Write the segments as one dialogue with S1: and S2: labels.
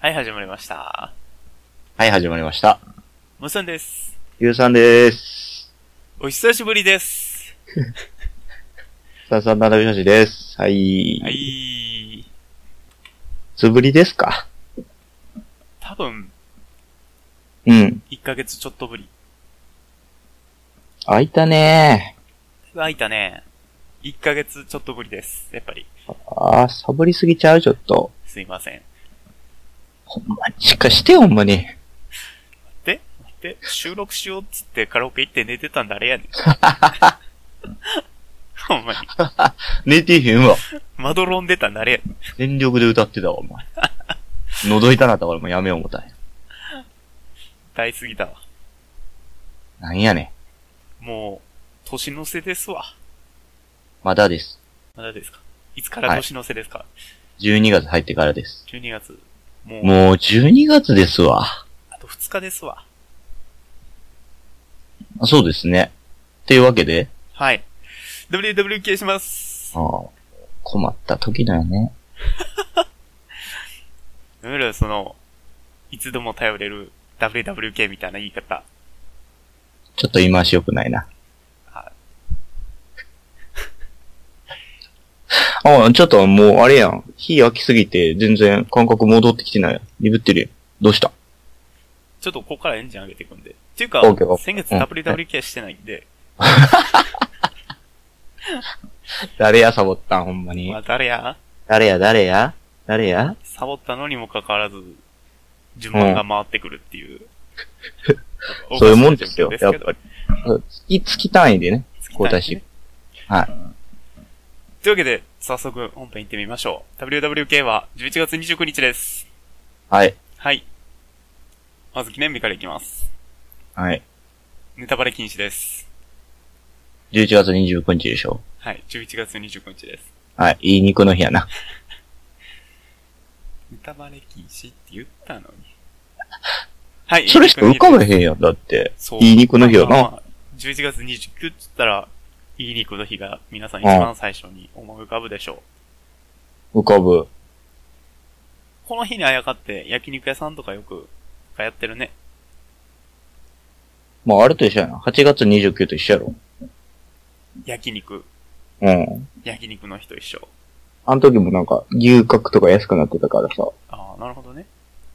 S1: はい、始まりました。
S2: はい、始まりました。
S1: むさんです。
S2: ゆうさんでーす。
S1: お久しぶりです。
S2: さんさんななびしょしです。はい。
S1: はい。
S2: つぶりですか
S1: 多分、
S2: うん。
S1: 1ヶ月ちょっとぶり。
S2: 空いたね
S1: 空いたね。1ヶ月ちょっとぶりです。やっぱり。
S2: ー。あー、サボりすぎちゃう、ちょっと。
S1: すいません。
S2: ほんまに、しっかりしてよ、ほんまに。
S1: で、で、収録しようっつってカラオケ行って寝てたん誰 やねん。ほんまに。
S2: 寝てへんわ。
S1: まどろんでたん誰やねん。
S2: 全力で歌ってたわ、お前。 喉痛なったからもうやめよう思ったんや
S1: 大すぎたわ。
S2: なんやね
S1: もう、年の瀬ですわ。
S2: ん。まだです。
S1: まだですかいつから年の瀬ですか、
S2: 12月入ってからです。
S1: ?12 月。もう、
S2: もう12月ですわ。
S1: あと2日ですわ。
S2: あそうですね。っていうわけで、
S1: はい。WWK します
S2: あ。ー困った時だよね。
S1: いわゆるその、いつでも頼れる WWK みたいな言い方。
S2: ちょっと言い回し良くないな
S1: は。
S2: あ、ちょっともうあれやん。火飽きすぎて全然感覚戻ってきてない。鈍ってるよ。どうした
S1: ちょっとここからエンジン上げていくんで。っていうか
S2: OK、
S1: 先月
S2: うん
S1: WWK してないんで、
S2: 誰やサボったんほんまに
S1: まあ誰や
S2: 誰や誰や誰や
S1: サボったのにもかかわらず、順番が回ってくるっていう。
S2: そういうもんですよ、やっぱ
S1: り。
S2: り。月、月単位でね。交代して。はい。
S1: というわけで、早速本編行ってみましょう。WWK は11月29日です。
S2: はい。
S1: はい。まず記念日からいきます。
S2: はい。
S1: ネタバレ禁止です。
S2: 11月29日でしょ。
S1: はい。11月29日です。
S2: はい。いい肉の日やな。
S1: ネタバレ禁止って言ったの に。はい。
S2: それしか浮かば
S1: ん。
S2: へんやん。だって。
S1: そう
S2: いい肉の日や
S1: まあ
S2: な。
S1: まあ11月29って言ったら、いい肉の日が皆さん一番最初に思い浮かぶでしょう。
S2: 浮かぶ。
S1: この日にあやかって焼肉屋さんとかよくやってるね。
S2: まああれと一緒やな。8月29と一緒やろ。
S1: 焼肉。
S2: うん。
S1: 焼肉の日と一緒。
S2: あの時もなんか、牛角とか安くなってたからさ。
S1: ああ、なるほどね。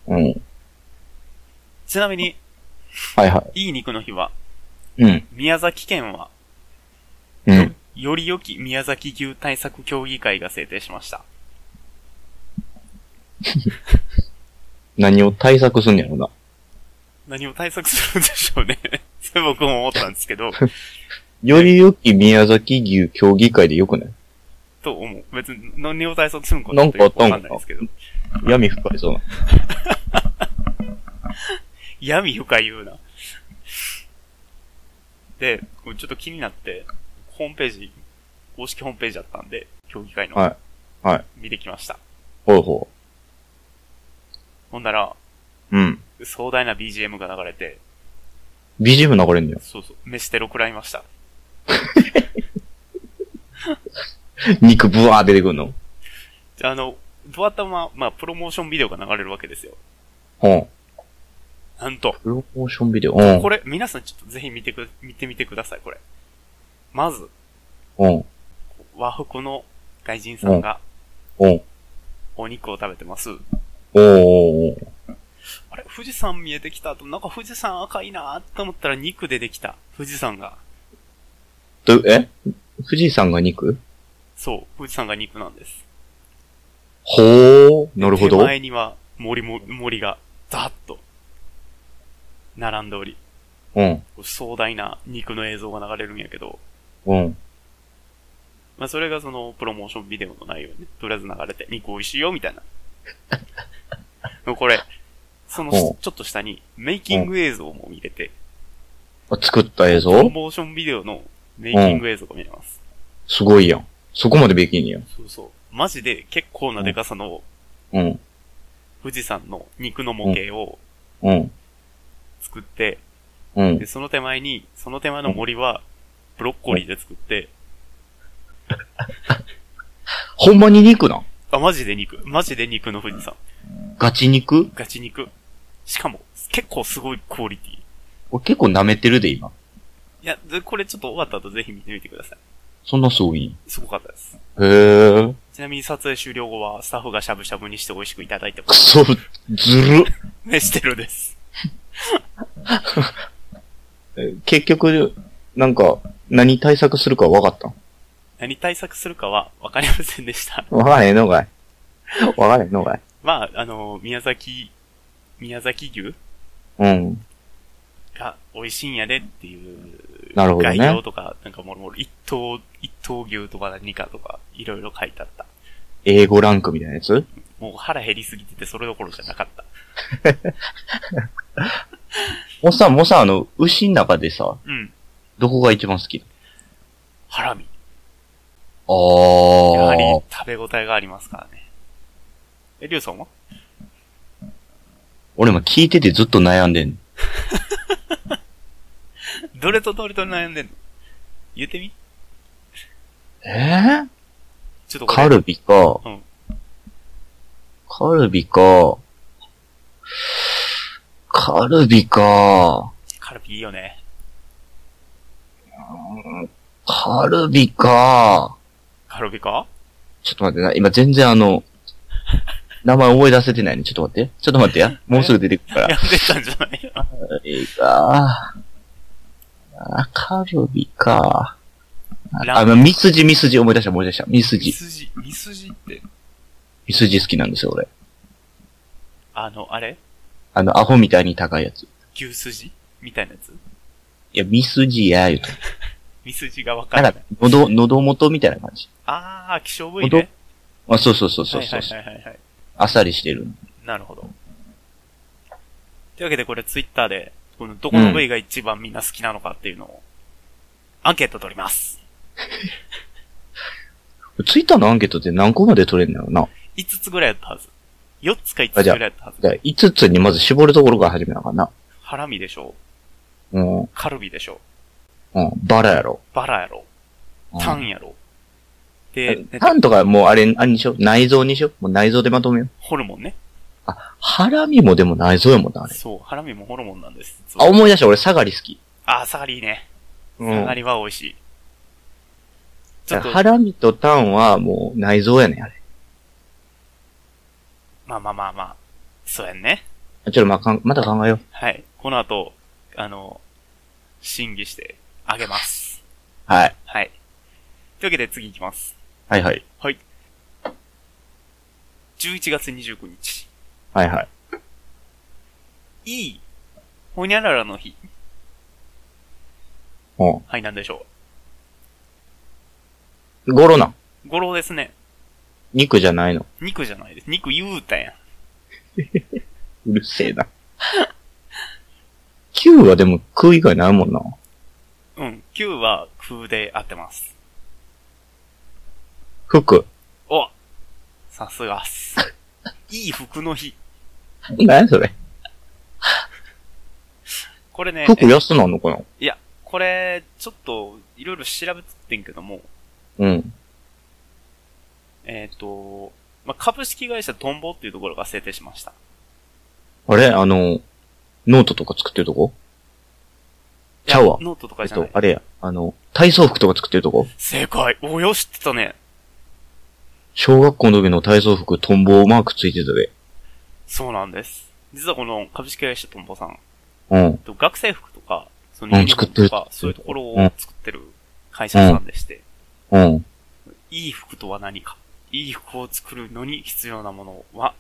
S2: うん。
S1: ちなみに、
S2: はいはい
S1: い肉の日は、
S2: い。うん。
S1: 宮崎県は、
S2: うん。
S1: より良き宮崎牛対策協議会が制定しました。
S2: 何を対策すんねやろな。
S1: 何を対策するんでしょうね。 それ僕も思ったんですけど、
S2: より良き宮崎牛協議会でよくない
S1: と思う。別に何を対策するんかちょっとよくわかんないですけど。
S2: 闇深いそうな。
S1: 闇深い言うな。で、これちょっと気になって、ホームページ、公式ホームページだったんで、協議会の。
S2: はいはい
S1: 見てきました。
S2: ほうほ
S1: ほんなら、
S2: う。うん。
S1: 壮大な BGM が流れて、
S2: BGM 流れんのよ。
S1: そうそう、飯テロ食らいました。
S2: 肉ブワー出てくんの。
S1: であの、ドア玉、まあ、プロモーションビデオが流れるわけですよ。
S2: うん。
S1: なんと、
S2: プロモーションビデオ。うん。
S1: これ、皆さんちょっとぜひ見てく、見てみてください、これ。まず、
S2: うん。
S1: 和服の外人さんが
S2: うん。
S1: お肉を食べてます。
S2: おーおーおー
S1: あれ富士山見えてきたと、なんか富士山赤いなーって思ったら肉出てきた。富士山が。
S2: どえ富士山が肉
S1: そう、富士山が肉なんです。
S2: ほー。なるほ
S1: 手
S2: ど。
S1: 前には森も、森が、ザーッと、並んでおり、
S2: うん。
S1: 壮大な肉の映像が流れるんやけど、
S2: うん。
S1: まあ、それがその、プロモーションビデオの内容に、とりあえず流れて、肉美味しいよ、み たいな。もうこれ、そのし、
S2: うん
S1: ちょっと下に、メイキング映像も入れて、
S2: あ作った映
S1: プロ
S2: 像
S1: モーションビデオのメイキング映像が見れます。
S2: すごいやん。そこまでできんねや。
S1: そうそう。マジで結構なデカさの
S2: うん。
S1: 富士山の肉の模型を
S2: うん。
S1: 作って、
S2: うん
S1: で、。その手前に、その手前の森は、ブロッコリーで作って、
S2: ほんまに肉なん
S1: あ、マジで肉。マジで肉の富士山。
S2: ガチ肉
S1: ガチ肉。しかも、結構すごいクオリティ。い
S2: 俺結構舐めてるで、今。
S1: や、でこれちょっと終わった後ぜひ見てみてください。
S2: そんなすごいん
S1: すごかったです。
S2: へえ。
S1: ちなみに撮影終了後は、スタッフがしゃぶしゃぶにして美味しくいただいてま
S2: く
S1: す。
S2: そ、ずるっ。
S1: メステルです。
S2: え結局、なんか、何対策するか分かったん
S1: 何対策するかは分かりませんでした。
S2: 分からへんのかい分からへんのかい
S1: まあ、あの、宮崎、宮崎牛
S2: うん。
S1: が美味しいんやでっていう、
S2: なるほどね
S1: 概要とか、なんかもろもろ、一頭、一頭牛とか何かとか、いろいろ書いてあった。
S2: 英語ランクみたいなやつ
S1: もう腹減りすぎてて、それどころじゃなかった。
S2: もうさ、もうさ、あの、牛の中でさ、
S1: うん。
S2: どこが一番好き
S1: ハラミ。
S2: あ
S1: やはり
S2: ー。
S1: 食べ応えがありますからね。え、リュウさんは
S2: 俺も聞いててずっと悩んでんの。
S1: どれとどれと悩んでんの言ってみ
S2: え
S1: ちょっとこれ
S2: カルビか、
S1: うん
S2: カルビか、カルビか、
S1: カルビいいよね。
S2: カルビか、
S1: カルビか
S2: ちょっと待ってな、今全然あの、名前思い出せてないね。ちょっと待って。ちょっと待っ てや。もうすぐ出てくるから。
S1: やってたんじゃない よ。
S2: カルビか。あカルビか。
S1: ラ
S2: あ、
S1: ー
S2: まあ、ミスジ、ミスジ思い出した、思い出した。ミス
S1: ミ
S2: ジ。
S1: スジ、ミスジって、
S2: ミスジ好きなんですよ、俺。
S1: あの、あれ
S2: あの、アホみたいに高いやつ。い
S1: 牛すじみたいなやつ
S2: や、ミスジや、言うと。
S1: ミスジがわか
S2: なん
S1: ら
S2: か
S1: ない。、
S2: 喉、喉元みたいな感じ。
S1: あー、希少部位ね。
S2: あ、そうそうそうそう
S1: はい
S2: そ
S1: は
S2: う、
S1: いはいはいはい。
S2: あっさりしてる。
S1: なるほど。というわけでこれツイッターで、このどこの部位が一番みんな好きなのかっていうのを、アンケート取ります。
S2: ツイッターのアンケートって何個まで取れんだろうな。
S1: 5つぐらいやったはず。4つか5つ
S2: あ
S1: ぐ
S2: じ
S1: ら
S2: ゃあ
S1: いやったは
S2: じ
S1: ず。
S2: ゃあ、5つにまず絞るところから始めなあかんな。
S1: ハラミでしょ
S2: うん、うん、
S1: カルビでしょ
S2: バラやろ。
S1: バラやろ
S2: うん
S1: タンやろで、えっと
S2: タンとかもうあれ、あれにしよう。内臓にしよう。もう内臓でまとめよう。
S1: ホルモンね。
S2: ハラミもでも内臓やもんな、あれ。
S1: そう、ハラミもホルモンなんです。
S2: あ、思い出した、俺、サガリ好き。
S1: あー、サガリいいね。
S2: う
S1: サガ
S2: ん。
S1: リは美味しい。ちょっと、
S2: ハラミとタンはもう内臓やねん、あれ。
S1: まあまあまあまあ、そうやんね。
S2: あちょっとまあかん、また考えよう。
S1: はい。この後、あの、審議してあげます。
S2: はい。
S1: はい。というわけで次行きます。
S2: はいはい。
S1: 11月29日。
S2: はいはい。
S1: いい、ほにゃららの日。
S2: う
S1: はい、なんでしょ
S2: ん。ゴロなん。
S1: う。語呂ですね。
S2: 肉じゃないの。
S1: 肉じゃないです。肉言うたやん。
S2: うるせえな。9はでも食う以外ないもんな。
S1: うん。9は空で合ってます。
S2: 服。
S1: おさすがっす。いい服の日。
S2: 何それ
S1: これね、
S2: 服安なんのかない
S1: や、これ、ちょっと、いろいろ調べてってんけども、
S2: うん。
S1: えっ、と、まあ、株式会社トンボっていうところが制定しました。
S2: あれあの、ノートとか作ってるとこちゃうわ
S1: いやノートと
S2: え
S1: か
S2: っ
S1: じゃな
S2: と
S1: い、。
S2: あれや。あの、体操服とか作ってるとこ
S1: 正解。およ、知ってたね。
S2: 小学校の時の体操服、トンボマークついてたで。
S1: そうなんです。実はこの株式会社トンボさん、
S2: うん。
S1: と学生服とか、その
S2: うん
S1: ユニフォームとか、
S2: 作
S1: そうい
S2: って
S1: うと
S2: る
S1: ころを作ってる会社さんでして、
S2: うん。
S1: いい服とは何か、いい服を作るのに必要なものは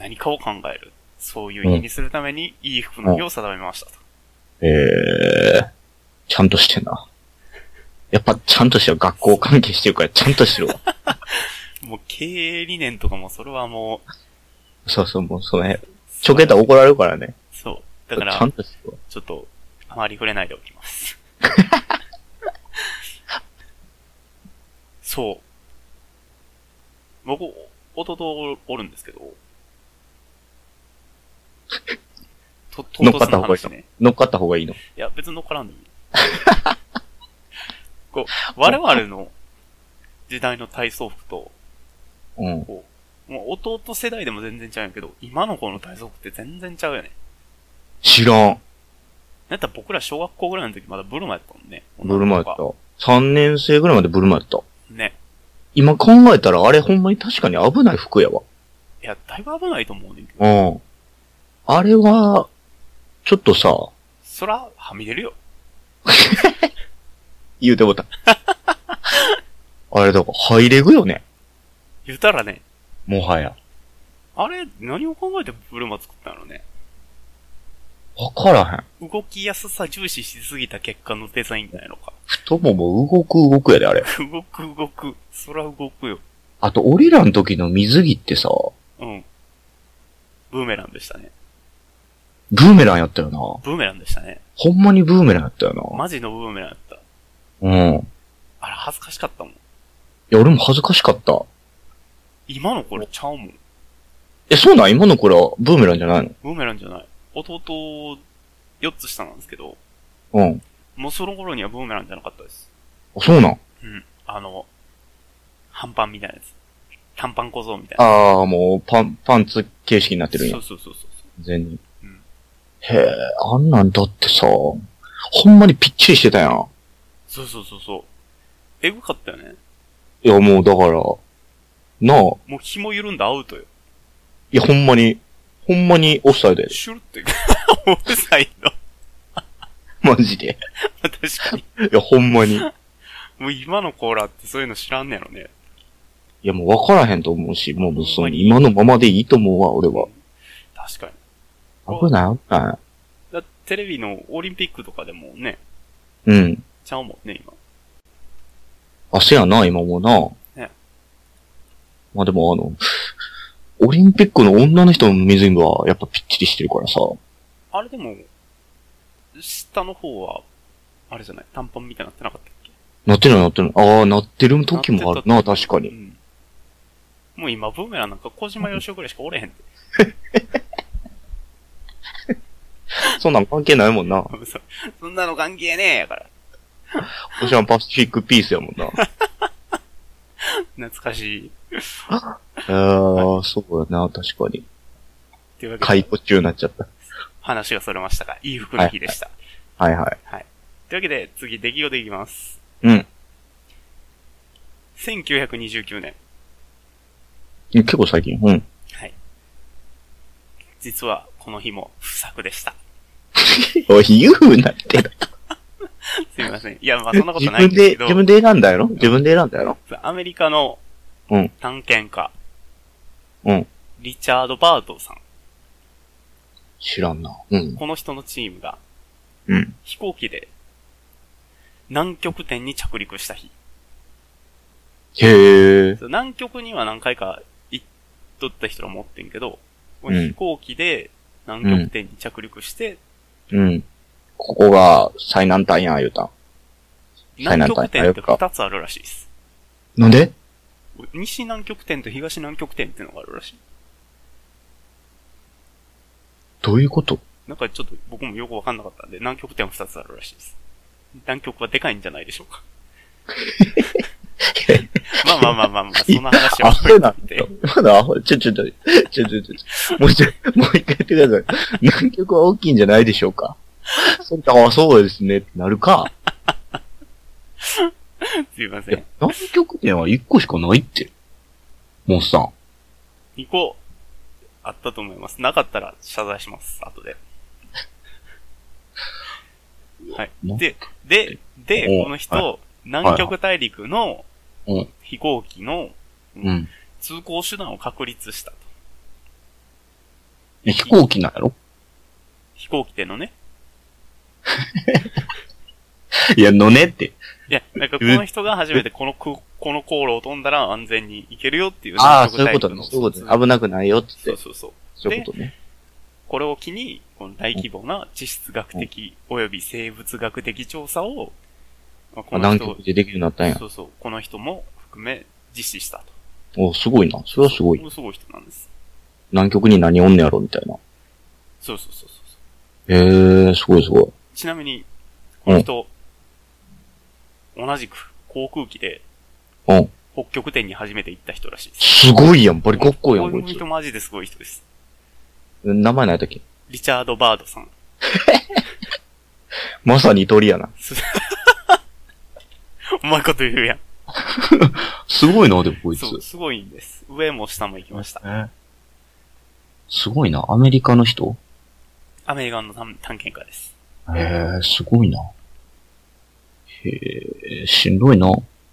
S1: 何かを考える。そういう意味にするために、いい服の日を定めましたと。
S2: えー、ちゃんとしてんな。やっぱ、ちゃんとしてる。学校関係してるから、ちゃんとしてるわ。
S1: もう経営理念とかもそれはもう、
S2: そうそう、もう、その辺。ちょけたら怒られるからね。
S1: そう。だ
S2: ち
S1: か
S2: ゃ
S1: ら
S2: ん、としてるわ。
S1: ちょっと、あまり触れないでおきます。そう。僕、弟おるんですけど、と、唐
S2: 乗っかっ
S1: 突
S2: た
S1: な
S2: 方がいい
S1: 話
S2: の
S1: ね。
S2: 乗っかった方がいいの。
S1: いや、別に乗っからんでもいい。 こう、我々の時代の体操服と、
S2: うん。
S1: こう、もう弟世代でも全然ちゃうんやけど、今の子の体操服って全然ちゃうよね。
S2: 知らん。
S1: だったら僕ら小学校ぐらいの時まだブルマやったもんね。
S2: ブルマやった。3年生ぐらいまでブルマやった。
S1: ね。
S2: 今考えたら、あれほんまに確かに危ない服やわ。
S1: いや、だいぶ危ないと思うねんけど。
S2: うん。あれは、ちょっとさ、
S1: そら、はみ出るよ。
S2: 言うてもうた。あれだから、ハイレグよね。
S1: 言うたらね、
S2: もはや。
S1: あれ、何を考えてブルマ作ったのね。
S2: わからへん。
S1: 動きやすさ重視しすぎた結果のデザインなんやろか。
S2: 太もも動く動くやで、あれ。
S1: 動く動く。そら動くよ。
S2: あと、俺らの時の水着ってさ、
S1: うん。ブーメランでしたね。
S2: ブーメランやったよな。ほ
S1: ブーメランでしたね。
S2: んまにブーメランやったよ
S1: マジのブーメランやった。
S2: な。うん。い
S1: あれ恥ずかしかったもん。
S2: や、俺も恥ずかしかった。
S1: 今の頃ちゃうもん。
S2: え、そうなん今の頃はブーメランじゃないの
S1: ブーメランじゃない。弟、4つ下なんですけど、
S2: うん。
S1: もうその頃にはブーメランじゃなかったです。
S2: あそうなん
S1: うん。あの、半パンみたいなやつ。短パン小僧みたいな。
S2: ああ、もう、パン、パンツ形式になってるんや
S1: そう。そうそうそう。
S2: 全然
S1: うん。
S2: へえ、あんなんだってさ、ほんまにぴっちりしてたやん。
S1: そうそうそうそう。えぐかったよね。
S2: いや、もうだから、なあ、
S1: もう紐緩んだアウトよ。
S2: いや、ほんまに、ほんまにオフサイドやで。
S1: シュルって。 オフサイド。
S2: マジで。
S1: 確かに。
S2: いや、ほんまに。い
S1: もう今のコーラってそういうの知らんねやろね。
S2: や、もう分からへんと思うし、もう、その、今のままでいいと思うわ、俺は。
S1: 確かに。
S2: 危ない、危な
S1: だテレビのオリンピックとかでもね、
S2: い。うん。
S1: ちゃうもんね、今。
S2: あ、せやな、今もな。
S1: ね
S2: まあでも、あの、オリンピックの女の人の水着は、やっぱぴっちりしてるからさ。
S1: あれでも、下の方は、あれじゃない、短パンみたいになってなかったっけ
S2: なってない、なってない。ああ、なってる時もあるな、確か
S1: う
S2: に。
S1: ん。もう今、ブーメランなんか小島よしおぐらいしかおれへんて。
S2: そんなん関係ないもんな。
S1: そそんなの関係ねえやから。
S2: オシャンパシフィックピースや もんな。
S1: 懐かしい。
S2: ああ、そうだな、確かに。
S1: っていうわけ
S2: 解
S1: で、
S2: 雇中になっちゃった。
S1: 話がそれましたが、いい服の日でした。
S2: はいはい。
S1: というわけで、次、出来事いきます。
S2: うん。
S1: 1929年、
S2: 結構最近。うん。
S1: はい。実は、この日も、不作で した。
S2: おい、言うなって。
S1: すみません。いや、まあ、そんなこと
S2: 自
S1: ないん
S2: 分
S1: です
S2: で、
S1: けど、
S2: 自分で選んだやろ自分で選んだやろ
S1: アメリカの
S2: うん、
S1: 探検家、
S2: うん。
S1: リチャード・バートさん。
S2: 知らんな。うん。
S1: この人のチームが、
S2: うん。
S1: 飛行機で、南極点に着陸した日。
S2: へえ。
S1: 南極には何回か行っとった人らもおってんけど、
S2: うん
S1: 飛行機で南極点に着陸して、
S2: うん。ここが最南端や、言うたん。最
S1: 南
S2: 南端
S1: 極点って2つあるらしいです。
S2: なんで
S1: 西南極点と東南極点っていうのがあるらしい。
S2: どういうこと
S1: なんかちょっと僕もよくわかんなかったんで、南極点は2つあるらしいです。南極はでかいんじゃないでしょ うか。まあまあまあまあまあ、そんな話は
S2: アホなん
S1: 置いとい
S2: だ
S1: て
S2: よ。まだアホ、ちょ、ちょ、ちょ、ちょ、ちょ、ちょ、もうちょ、もう一回言ってください。南極は大きいんじゃないでしょうかそれとああ、そうですね、ってなるか。
S1: すいませ
S2: いや
S1: ん。、
S2: 南極点は一個しかないって。モンスター。
S1: 2個、あったと思います。なかったら謝罪します、後で。はい。
S2: なん
S1: で、で、で、こ
S2: お
S1: の
S2: は
S1: 人、南極大陸の
S2: うん
S1: 飛行機の
S2: うん。
S1: 通行手段を確立したと。
S2: え飛行機なんやろ
S1: 飛行機でのね。
S2: いや、のねって。
S1: いや、なんかこの人が初めてこの空、この航路を飛んだら安全に行けるよっていう
S2: ああ、
S1: 南
S2: そう
S1: 極
S2: いう
S1: 大
S2: こと
S1: 陸
S2: ね。
S1: の
S2: そういうことね。危なくないよって
S1: そう
S2: って。
S1: そうそう。
S2: そういうことね。
S1: これを機に、この大規模な地質学的及び生物学的調査を、まあ
S2: あ南極でできるようになったんや。
S1: そうそう、この人も含め実施したと。
S2: おすごいな。それはすごい
S1: こ。れすごい人なんです。
S2: 南極に何おんねやろみたいな。
S1: そうそうそうそうそ
S2: へえ、すごいすごい。
S1: う。ちなみに、この人、同じく航空機で
S2: うん。
S1: 北極点に初めて行った人らしいです。
S2: すごいやん、バリコッコやん、こ
S1: こ
S2: い
S1: の
S2: つ
S1: 人。マジですごい人です。
S2: 名前ないとき。
S1: リチャード・バードさん。
S2: まさに鳥やな。
S1: うまいこと言うやん。
S2: すごいな、でもこいつ。
S1: そう、すごいんです。上も下も行きました。
S2: ねすごいな、アメリカの人
S1: アメリカの探探検家です。
S2: へえ、すごいな。へえ、しんどいな。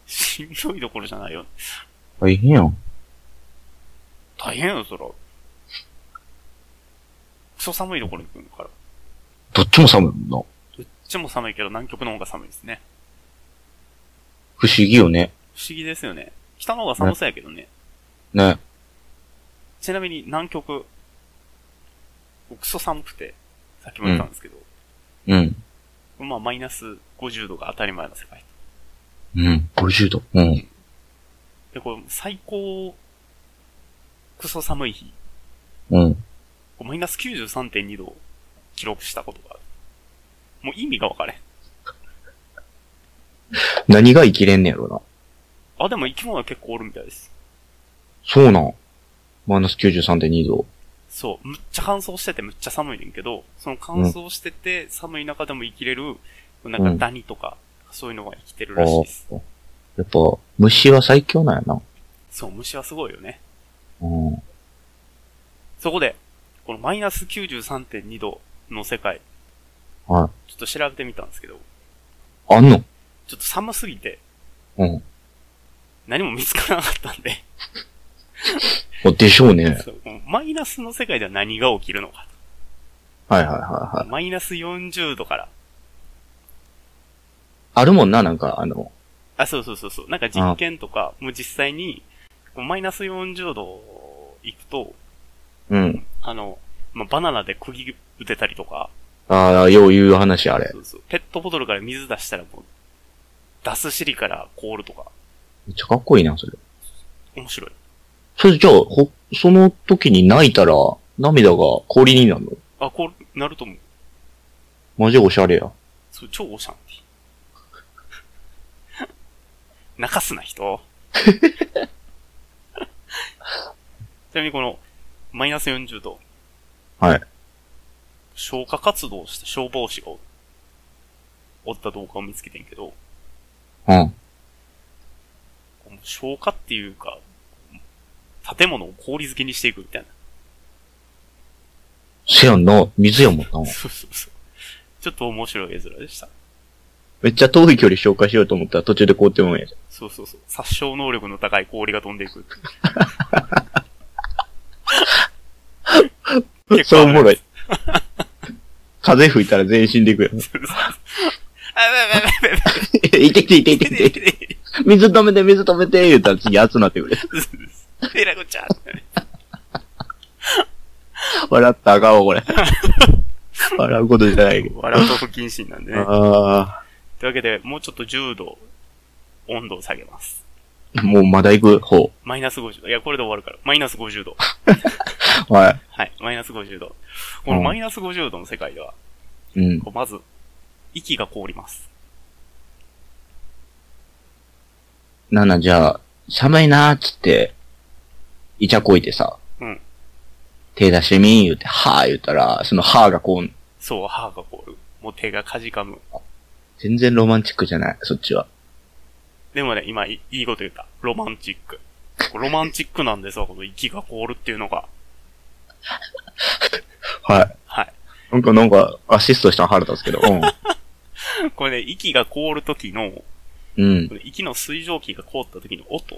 S1: しんどいどころじゃないよ。
S2: 大変やん。
S1: 大変よ、そら。クソ寒いところに来るから。
S2: どっちも寒いもんな。
S1: どっちも寒いけど南極の方が寒いですね。
S2: 不思議よね。
S1: 不思議ですよね。北の方が寒そうやけどね。
S2: ね。
S1: ちなみに南極、クソ寒くて、さっきも言ったんですけど、
S2: うん。
S1: まあマイナス50度が当たり前の世界。
S2: うん。50度。うん。
S1: で、これ最高、クソ寒い日、
S2: うん。
S1: こうマイナス93.2度を記録したことがある。もう意味が分かれん。
S2: 何が生きれんねやろな。
S1: あ、でも生き物は結構おるみたいです。
S2: そうなん。マイナス93.2度。
S1: そう。むっちゃ乾燥しててむっちゃ寒いねんけど、その乾燥してて寒い中でも生きれる、なんかダニとか、そういうのが生きてるらしいです。
S2: ああやっぱ、虫は最強なんやな。
S1: そう、虫はすごいよね。
S2: うん。
S1: そこで、このマイナス93.2度の世界、
S2: は
S1: ちょっと調べてみたんですけど、
S2: い。あんの
S1: ちょっと寒すぎて
S2: うん。
S1: 何も見つからなかったんで、
S2: あでしょうね。
S1: そうマイナスの世界では何が起きるのか。
S2: はいはいはいはい。
S1: マイナス40度から。
S2: あるもんな、なんか、あの、
S1: あ、そうそうそうそう。なんか実験とか、もう実際に、こうマイナス40度行くと、
S2: うん。
S1: あの、まあ、バナナで釘打てたりとか、
S2: ああ、よう言う話あれ
S1: そ。うそうペットボトルから水出したらもう、出す尻から凍るとか、
S2: めっちゃかっこいいな、それ。
S1: 面白い。
S2: それじゃあ、ほ、その時に泣いたら、涙が氷になるの
S1: あ、こうなると思う。
S2: マジおしゃれや。
S1: そう、超オーシャンティ。泣かすな 人。ちなみにこの、マイナス40度。
S2: はい。
S1: 消火活動をした消防士がおおった動画を見つけてんけど、
S2: うん。
S1: この消火っていうか、建物を氷漬けにしていくみたい
S2: せやんな、水やもん
S1: な。
S2: な。
S1: そうそうそう。ちょっと面白い絵面でした。
S2: めっちゃ遠い距離消化しようと思ったら途中で凍ってもんや。
S1: そうそうそう。殺傷能力の高い氷が飛んでいく。 結
S2: そうおもろ
S1: い。
S2: い。風吹いたら全身でいくやん。
S1: あ、やばいやばいやばいやばい
S2: いていていていていて。水止めて、水止めて、言うたら次熱なってくれ。
S1: えらこちゃん。
S2: 笑ったらあかん わ、これ。笑うことじゃないけど。
S1: 笑うと不謹慎なんでね。
S2: あ
S1: というわけで、もうちょっと10度、温度を下げます。
S2: あ、もうまだ行く方。
S1: マイナス50度。いや、これで終わるから。マイナス50度。
S2: は
S1: はい、マイナス50度。このマイナス50度の世界では、
S2: い。うん。
S1: こうまず、息が凍ります。
S2: なな、じゃあ、寒いなーっつって、いちゃこいてさ、
S1: うん
S2: 手出してみー言うて、はー言うたら、そのはーがこう、
S1: そう、歯が凍る。もう手がかじかむ。
S2: 全然ロマンチックじゃない、そっちは。
S1: でもね、今い、いいこと言った。ロマンチック。ロマンチックなんですわ、この息が凍るっていうのが。
S2: はい。
S1: はい。
S2: なんか、なんか、アシストしたの腹立つけど、
S1: これね、息が凍る時の、こ
S2: うん。うん。
S1: の息の水蒸気が凍った時の音、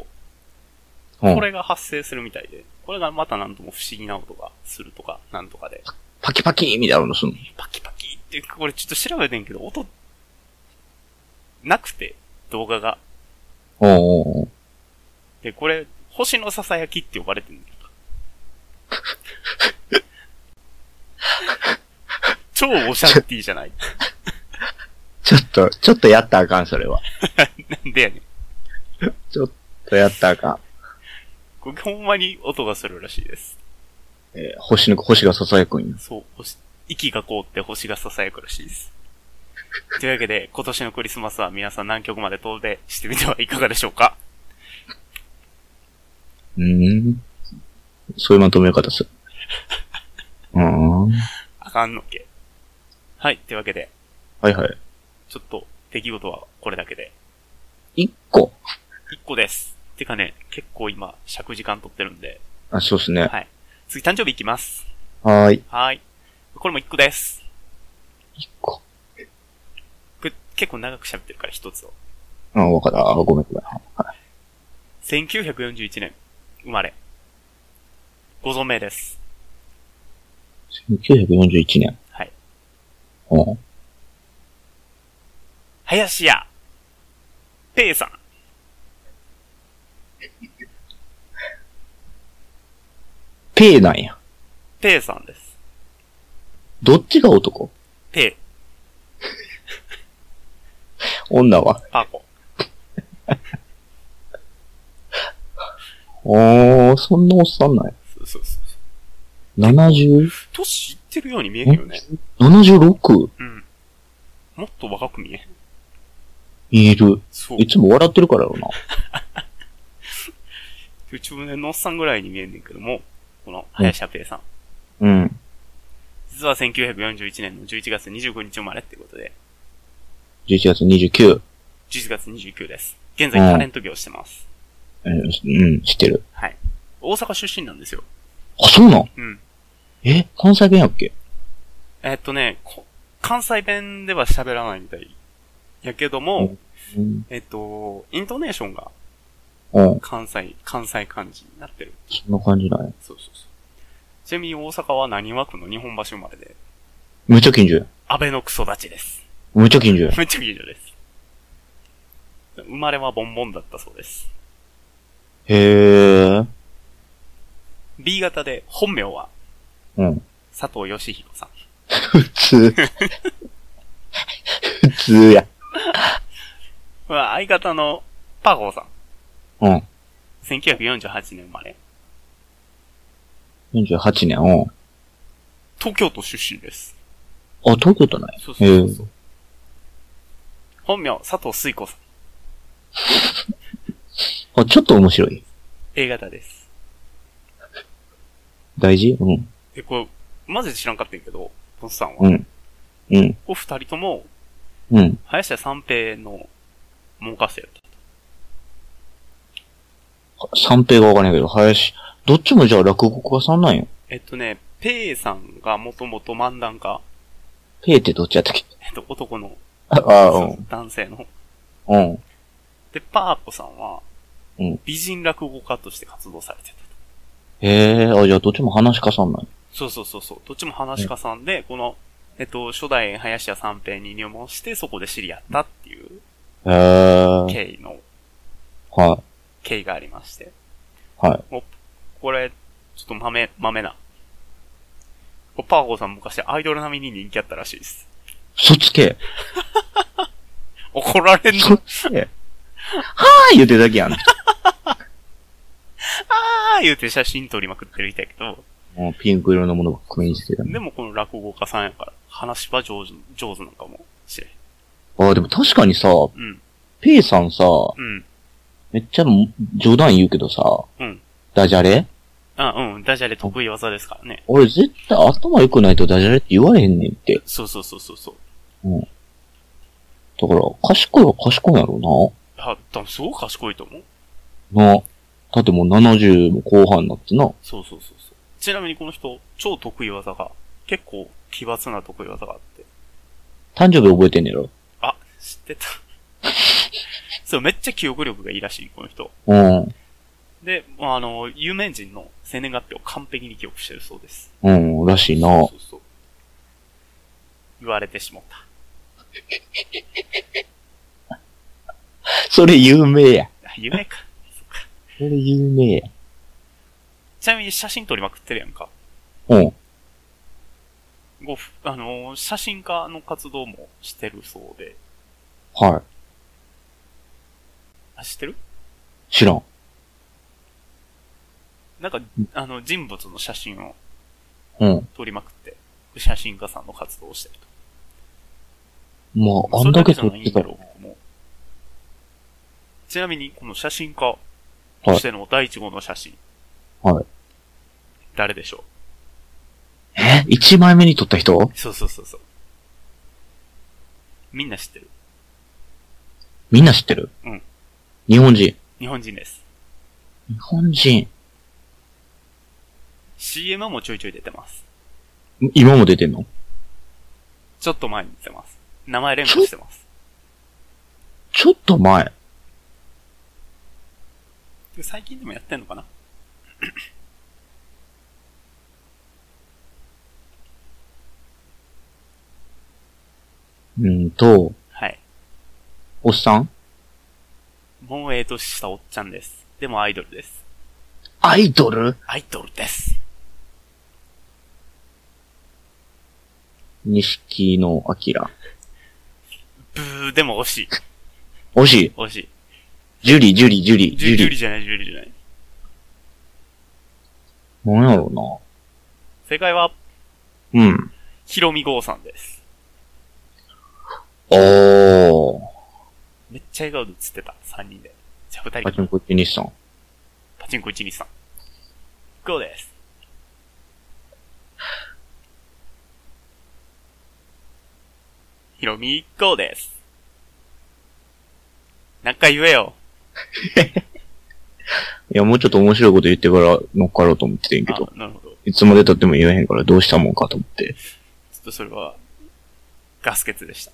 S2: うん
S1: これが発生するみたいで、これがまたなんとも不思議な音がするとか、なんとかで、
S2: パキパキーみたいなのすんの。
S1: パキパキって、これちょっと調べてんけど、音、なくて、動画が。
S2: おうんうんうん。
S1: で、これ、星の囁きって呼ばれてるんだ よ。超オシャンティーじゃない
S2: ちょっと、ちょっとやったらあかん、それは。
S1: なんでやねん。
S2: ちょっとやったらあかん。
S1: これほんまに音がするらしいです。
S2: えー星の、星が囁くんよ。
S1: そう、星息が凍って星が囁くらしい です。というわけで、今年のクリスマスは皆さん南極まで遠出してみてはいかがでしょうか
S2: うーん。そういうまとめ方する。うーん。は
S1: あかんのっけ。はい、というわけで、
S2: いはい。
S1: ちょっと出来事はこれだけで。
S2: 一個。
S1: 1個です。てかね、結構今、尺時間取ってるんで。
S2: あ、そうっすね。
S1: はい。次誕生日いきます。
S2: はーい。
S1: はーい。これも1個です。
S2: 一個。
S1: これ結構長く喋ってるから1つを。
S2: あ、わかった。あごめんごめん。は
S1: 1941年、生まれ。ご存命です。
S2: い。1941年。
S1: はい。
S2: おう
S1: 林家、ペイさん。
S2: ペーなんや。
S1: ペイさんです。
S2: どっちが男
S1: ペイ、
S2: 女は。
S1: パーコ。
S2: おー、そんなおっさんなんや。
S1: そうそうそうそう。
S2: 70?
S1: 年いってるように見えるよね。
S2: 76?
S1: うん。もっと若く見えん。
S2: いる。
S1: そう
S2: い。つも笑ってるからよな。
S1: 中年のおっさんぐらいに見えんねんけども、この林家ペイさん。
S2: うん。
S1: 実は1941年の11月25日生まれってことで、
S2: 11月29。
S1: 11月29です。現在タレント業してます。
S2: うん、うん、知ってる。
S1: はい。大阪出身なんですよ。
S2: あ、そうなん
S1: うん。
S2: え関西弁やっけ
S1: えっとね、こ関西弁では喋らないみたい。やけども、
S2: うんうん。
S1: えっと、イントネーションが
S2: うん。
S1: 関西、関西漢字になってる。
S2: そんな感じなんや。
S1: そうそうそう。ちなみに大阪は何和区の日本橋生まれで、
S2: めっちゃ近所や。
S1: 安倍のクソ立ちです。
S2: めっちゃ近所や。
S1: めっちゃ近所です。生まれはボンボンだったそうです。
S2: へー。
S1: B 型で本名は
S2: うん。
S1: 佐藤義彦さん。
S2: 普通。普通や。
S1: まあ、相方のパーコーさん。
S2: うん。
S1: 1948年生まれ。
S2: 48年。うん。
S1: 東京都出身です。
S2: あ、東京都ない。
S1: そう
S2: へ
S1: そうそうそ
S2: ー
S1: う。本名、佐藤水子さん。
S2: あ、ちょっと面白い。
S1: A 型です。
S2: 大事うん。
S1: で、これ、マジで知らんかったんやけど、トスさんは。
S2: うん。うん。
S1: お二人とも、
S2: うん。
S1: 林家三平の門下生だった。
S2: 三平がわからんけど、林。どっちもじゃあ落語家さんなんや。
S1: えっとね、ペイさんがもともと漫談家。
S2: ペーってどっちやったっけ
S1: えっと、男の、
S2: あ、あ。
S1: そううん男性の。
S2: うん。
S1: で、パーコさんは
S2: うん、
S1: 美人落語家として活動されてた。
S2: へえ、あ、じゃあどっちも話し家さんなんや。
S1: そうそうそうそう。どっちも話し家さんで、この、えっと、初代林家三平に入門して、そこで知り合ったっていう
S2: へえ。
S1: 経緯の、
S2: は
S1: 経緯がありまして。
S2: い。はい。
S1: これ、ちょっと豆、豆な。こうパーゴーさん昔アイドル並みに人気あったらしいです。
S2: そつけ。
S1: 怒られんの
S2: そっちはーい言うてるだけやん。
S1: あー言うて写真撮りまくってるみたいやけど、
S2: もうピンク色のものばっかりにしてた。
S1: でもこの落語家さんやから、話は上手、上手なんかもしれん。
S2: ああ、でも確かにさ、
S1: うん、
S2: ペイさんさ、
S1: うん、
S2: めっちゃ冗談言うけどさ、
S1: うん。
S2: ダジャレ
S1: あ、うん、ダジャレ得意技ですからね。
S2: 俺絶対頭良くないとダジャレって言われへんねんって。
S1: そうそうそうそうそう。
S2: だから、賢いは賢いやろ
S1: あ、多分すごく賢いと思う。
S2: うな。な。だってもう70も後半になってな。
S1: そうそうそうそう。ちなみにこの人、超得意技が、結構奇抜な得意技があって。
S2: 誕生日覚えてんねやろ。
S1: あ、知ってた。 そう、めっちゃ記憶力がいいらしい、この人。
S2: うん。
S1: で、まあ、あの、有名人の生年月日を完璧に記憶してるそうです。
S2: うん、らしいな。
S1: そうそう。言われてしまった。
S2: それ有名や。
S1: あ 夢か。
S2: それ有名や。
S1: ちなみに写真撮りまくってるやんか。
S2: うん。
S1: ごふ、あの、写真家の活動もしてるそうで。
S2: は
S1: あ、知ってる
S2: い。知らん。
S1: なんか、あの、人物の写真を
S2: うん。
S1: 撮りまくって、写真家さんの活動をしてると。
S2: まあ、あんだけ撮ってたら。
S1: ろもうちなみに、この写真家
S2: は
S1: と
S2: い
S1: しての第一号の写真、
S2: はい。
S1: 誰でしょ
S2: え一枚目に撮った人
S1: うそうそうそうそう。みんな知ってる。
S2: みんな知ってる
S1: うん。
S2: 日本人。
S1: 日本人です。
S2: 日本人。
S1: CM はもうちょいちょい出てます。
S2: 今も出てんの
S1: ちょっと前に出てます。名前連呼してます。
S2: ちょっと前。
S1: 最近でもやってんのかな
S2: うんと、
S1: はい。
S2: おっさん
S1: もうええ年したおっちゃんです。でもアイドルです。
S2: アイドル
S1: アイドルです。
S2: 錦野明。
S1: ブー、でも惜しい。
S2: 惜しい。
S1: 惜し
S2: ジュリ、ジュリ、ジュリ、
S1: い。
S2: ジ
S1: ジュ
S2: ュ
S1: リュリ
S2: リ。
S1: じゃない、ジュリじゃない。
S2: なんやろ
S1: 正解は、
S2: うな。うん。
S1: ヒロミゴーさんです。
S2: おー。
S1: めっちゃ笑顔で映ってた、3人で。じゃあ2人
S2: パチンコ1、2、3。
S1: パチンコ123。ゴーです。ヒロミ、ゴーです。なんか言えよ。
S2: いや、もうちょっと面白いこと言ってから乗っかろうと思っててんけ
S1: あ
S2: ど、、
S1: なるほど。
S2: いつまで経っても言えへんからどうしたもんかと思って。
S1: ちょっとそれは、ガス欠でした。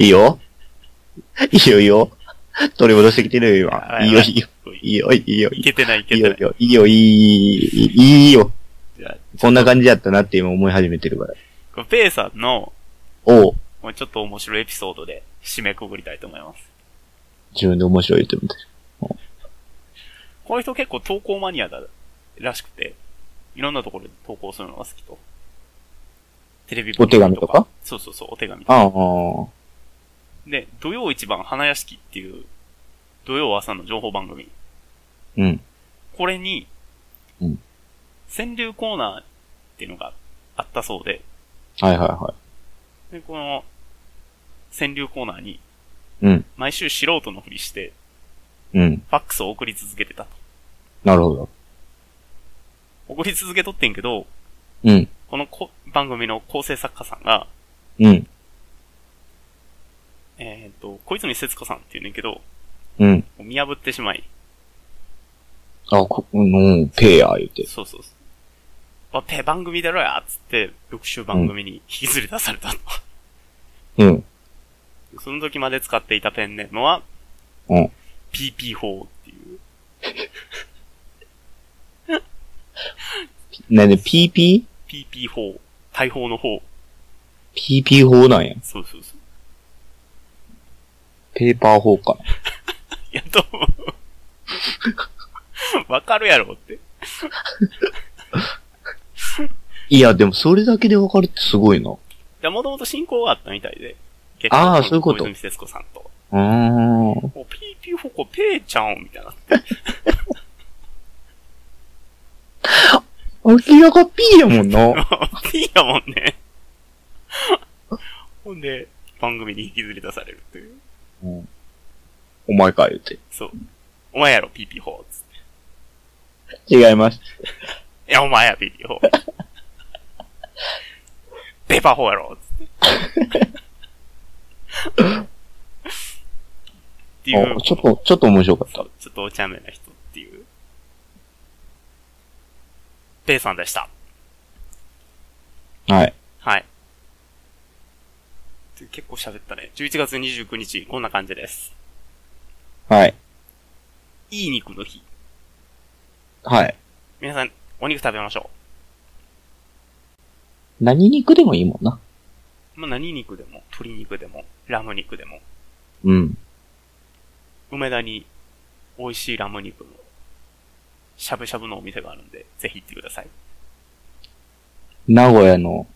S2: いいよいいよいいよ取り戻してきてるよ、今。いいよいいよ。いいよいいよい
S1: い
S2: いよ
S1: けてない、いけ
S2: いい
S1: てな
S2: よ
S1: い。
S2: いいよいいよいいよ
S1: じゃあ
S2: こんな感じやったなって今思い始めてるから。
S1: これペイさんの、
S2: おう
S1: もうちょっと面白いエピソードで締めくぐりたいと思います。
S2: 自分で面白いって思ってる。
S1: この人結構投稿マニアだらしくて、いろんなところで投稿するのが好きと。テレビ番組
S2: お手紙とか
S1: そうそうそう、お手紙とか。
S2: ああ。
S1: で、土曜一番花屋敷っていう、土曜朝の情報番組。
S2: うん。
S1: これに、
S2: うん
S1: 川柳コーナーっていうのがあったそうで、
S2: はいはいは
S1: で、この、川柳コーナーに、
S2: い。うん。
S1: 毎週素人のふりして、
S2: うん。
S1: ファックスを送り続けてたと。
S2: なるほど。
S1: 送り続けとってんけど、
S2: うん。
S1: このこ番組の構成作家さんが、
S2: うん。
S1: えっ、と、小泉節子さんって言うねんけど、
S2: うん。
S1: 見破ってしまい、
S2: あ、こ、うん、ペーや、言うて。
S1: そうそうそう。わ、ペ番組だろやっつって、翌週番組に引きずり出されたと。
S2: うん。
S1: その時まで使っていたペンネームは、
S2: うん。
S1: PP4 っていう。
S2: なんで、PP?PP
S1: PP4。大砲の方。
S2: 法なんや。
S1: そうそうそう。
S2: ペーパー法か。
S1: いや、どう わかるやろって。
S2: いや、でもそれだけでわかるってすごいな。う
S1: いや、もともと親交があったみたいで。
S2: あーそういうこと
S1: 小泉節子さんと。
S2: ーん。
S1: お PP4 こペーちゃんみたいな。
S2: 明らか P やもんな。
S1: いいやもんね。 ほんで、番組に引きずり出されるっていう。
S2: うん、お前か、言うて。
S1: そう。お前やろ、PP4。つっ
S2: 違います。
S1: ていや、お前や、PP4。ペーパー4やろ。つ って。っていう
S2: あ、ちょっと、ちょっと面白かった。
S1: そうちょっとお茶目な人っていう。ペイさんでした。
S2: はい。
S1: はい。で結構喋ったね。11月29日、こんな感じです。
S2: はい。
S1: いい肉の日。
S2: はい。
S1: 皆さん、お肉食べましょ
S2: 何肉でもいいもんな。
S1: う。まあ、何肉でも、鶏肉でも、ラム肉でも、
S2: うん。
S1: 梅田に美味しいラム肉の、しゃぶしゃぶのお店があるんで、ぜひ行ってください。
S2: 名古屋の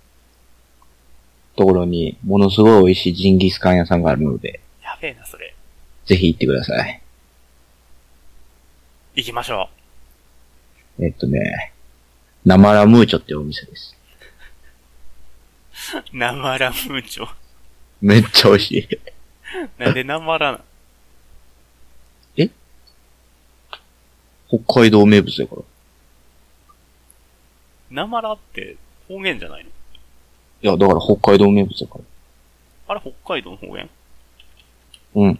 S2: ところに、ものすごい美味しいジンギスカン屋さんがあるので、
S1: やべえな、それ。
S2: ぜひ行ってください。
S1: 行きましょ
S2: えっとね、生ラムーチョっていうお店です。
S1: う。生ラムーチョ。
S2: めっちゃ美味しい。
S1: なんで生ラな
S2: え北海道名物やから。
S1: なまらって方言じゃないの
S2: いや、だから北海道名物やから。
S1: あれ北海道の方言
S2: うん。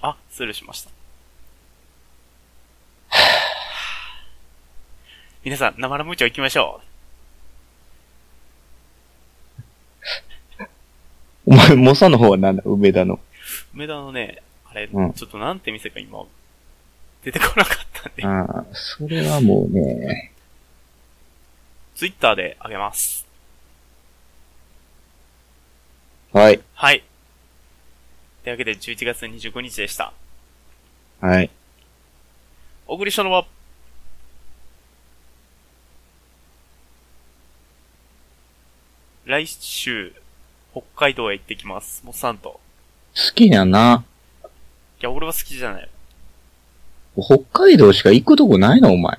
S1: あ、失礼しました。 皆さん、生ラムーチョ行きましょ
S2: お前、モサの方はなんだ梅田の。
S1: う。梅田のね、あれ、
S2: うん
S1: ちょっとなんて店か今、出てこなかったんで、
S2: ああ、それはもうね、
S1: ツイッターであげます。
S2: はい。
S1: はい。というわけで、11月25日でした。
S2: はい。
S1: お送りしたのは、来週、北海道へ行ってきます。モッサンと。
S2: 好きやな。
S1: いや、俺は好きじゃない。
S2: 北海道しか行くとこないの、お前。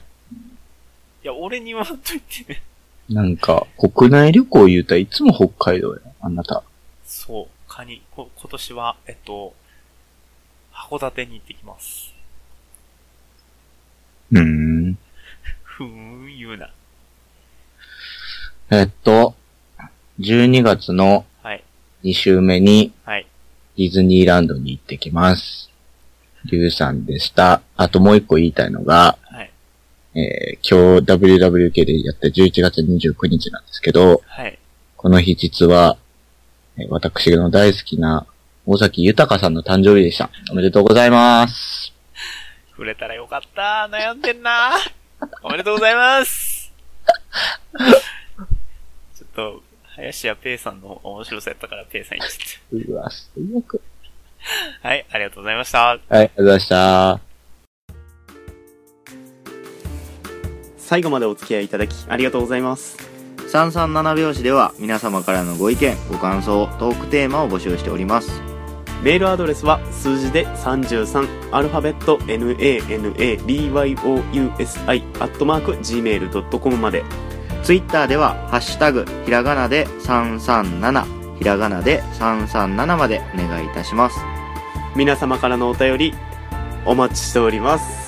S1: いや、俺に言わんといてね。
S2: なんか、国内旅行言うたらいつも北海道や。あなた。
S1: そう、カニ。こ今年は、えっと、函館に行ってきます。
S2: うーん。
S1: ふーん、言うな。
S2: えっと、12月の
S1: はい、
S2: 2週目に
S1: はい。
S2: ディズニーランドに行ってきます。リュウさんでした。あともう一個言いたいのが、
S1: はい、
S2: えー今日 WWK でやった11月29日なんですけど、
S1: はい。
S2: この日実は、えー私の大好きな大崎豊さんの誕生日でした。おめでとうございます。
S1: 触れたらよかった。悩んでんな。おめでとうございます。ちょっと、林家ペイさんの面白さやったからペイさん言っちゃっ
S2: うわ、最悪。
S1: た。はい、ありがとうございました。
S2: はい、ありがとうございました。
S3: 最後までお付き合いいただきありがとうございます
S4: 三三七拍子では皆様からのご意見、ご感想、トークテーマを募集しております。
S3: メールアドレスは数字で33アルファベット nanabyousi アットマーク gmail.com まで
S4: ツイッターでは、ハッシュタグ、ひらがなで337、ひらがなで337までお願いいたします。
S3: 皆様からのお便りお待ちしております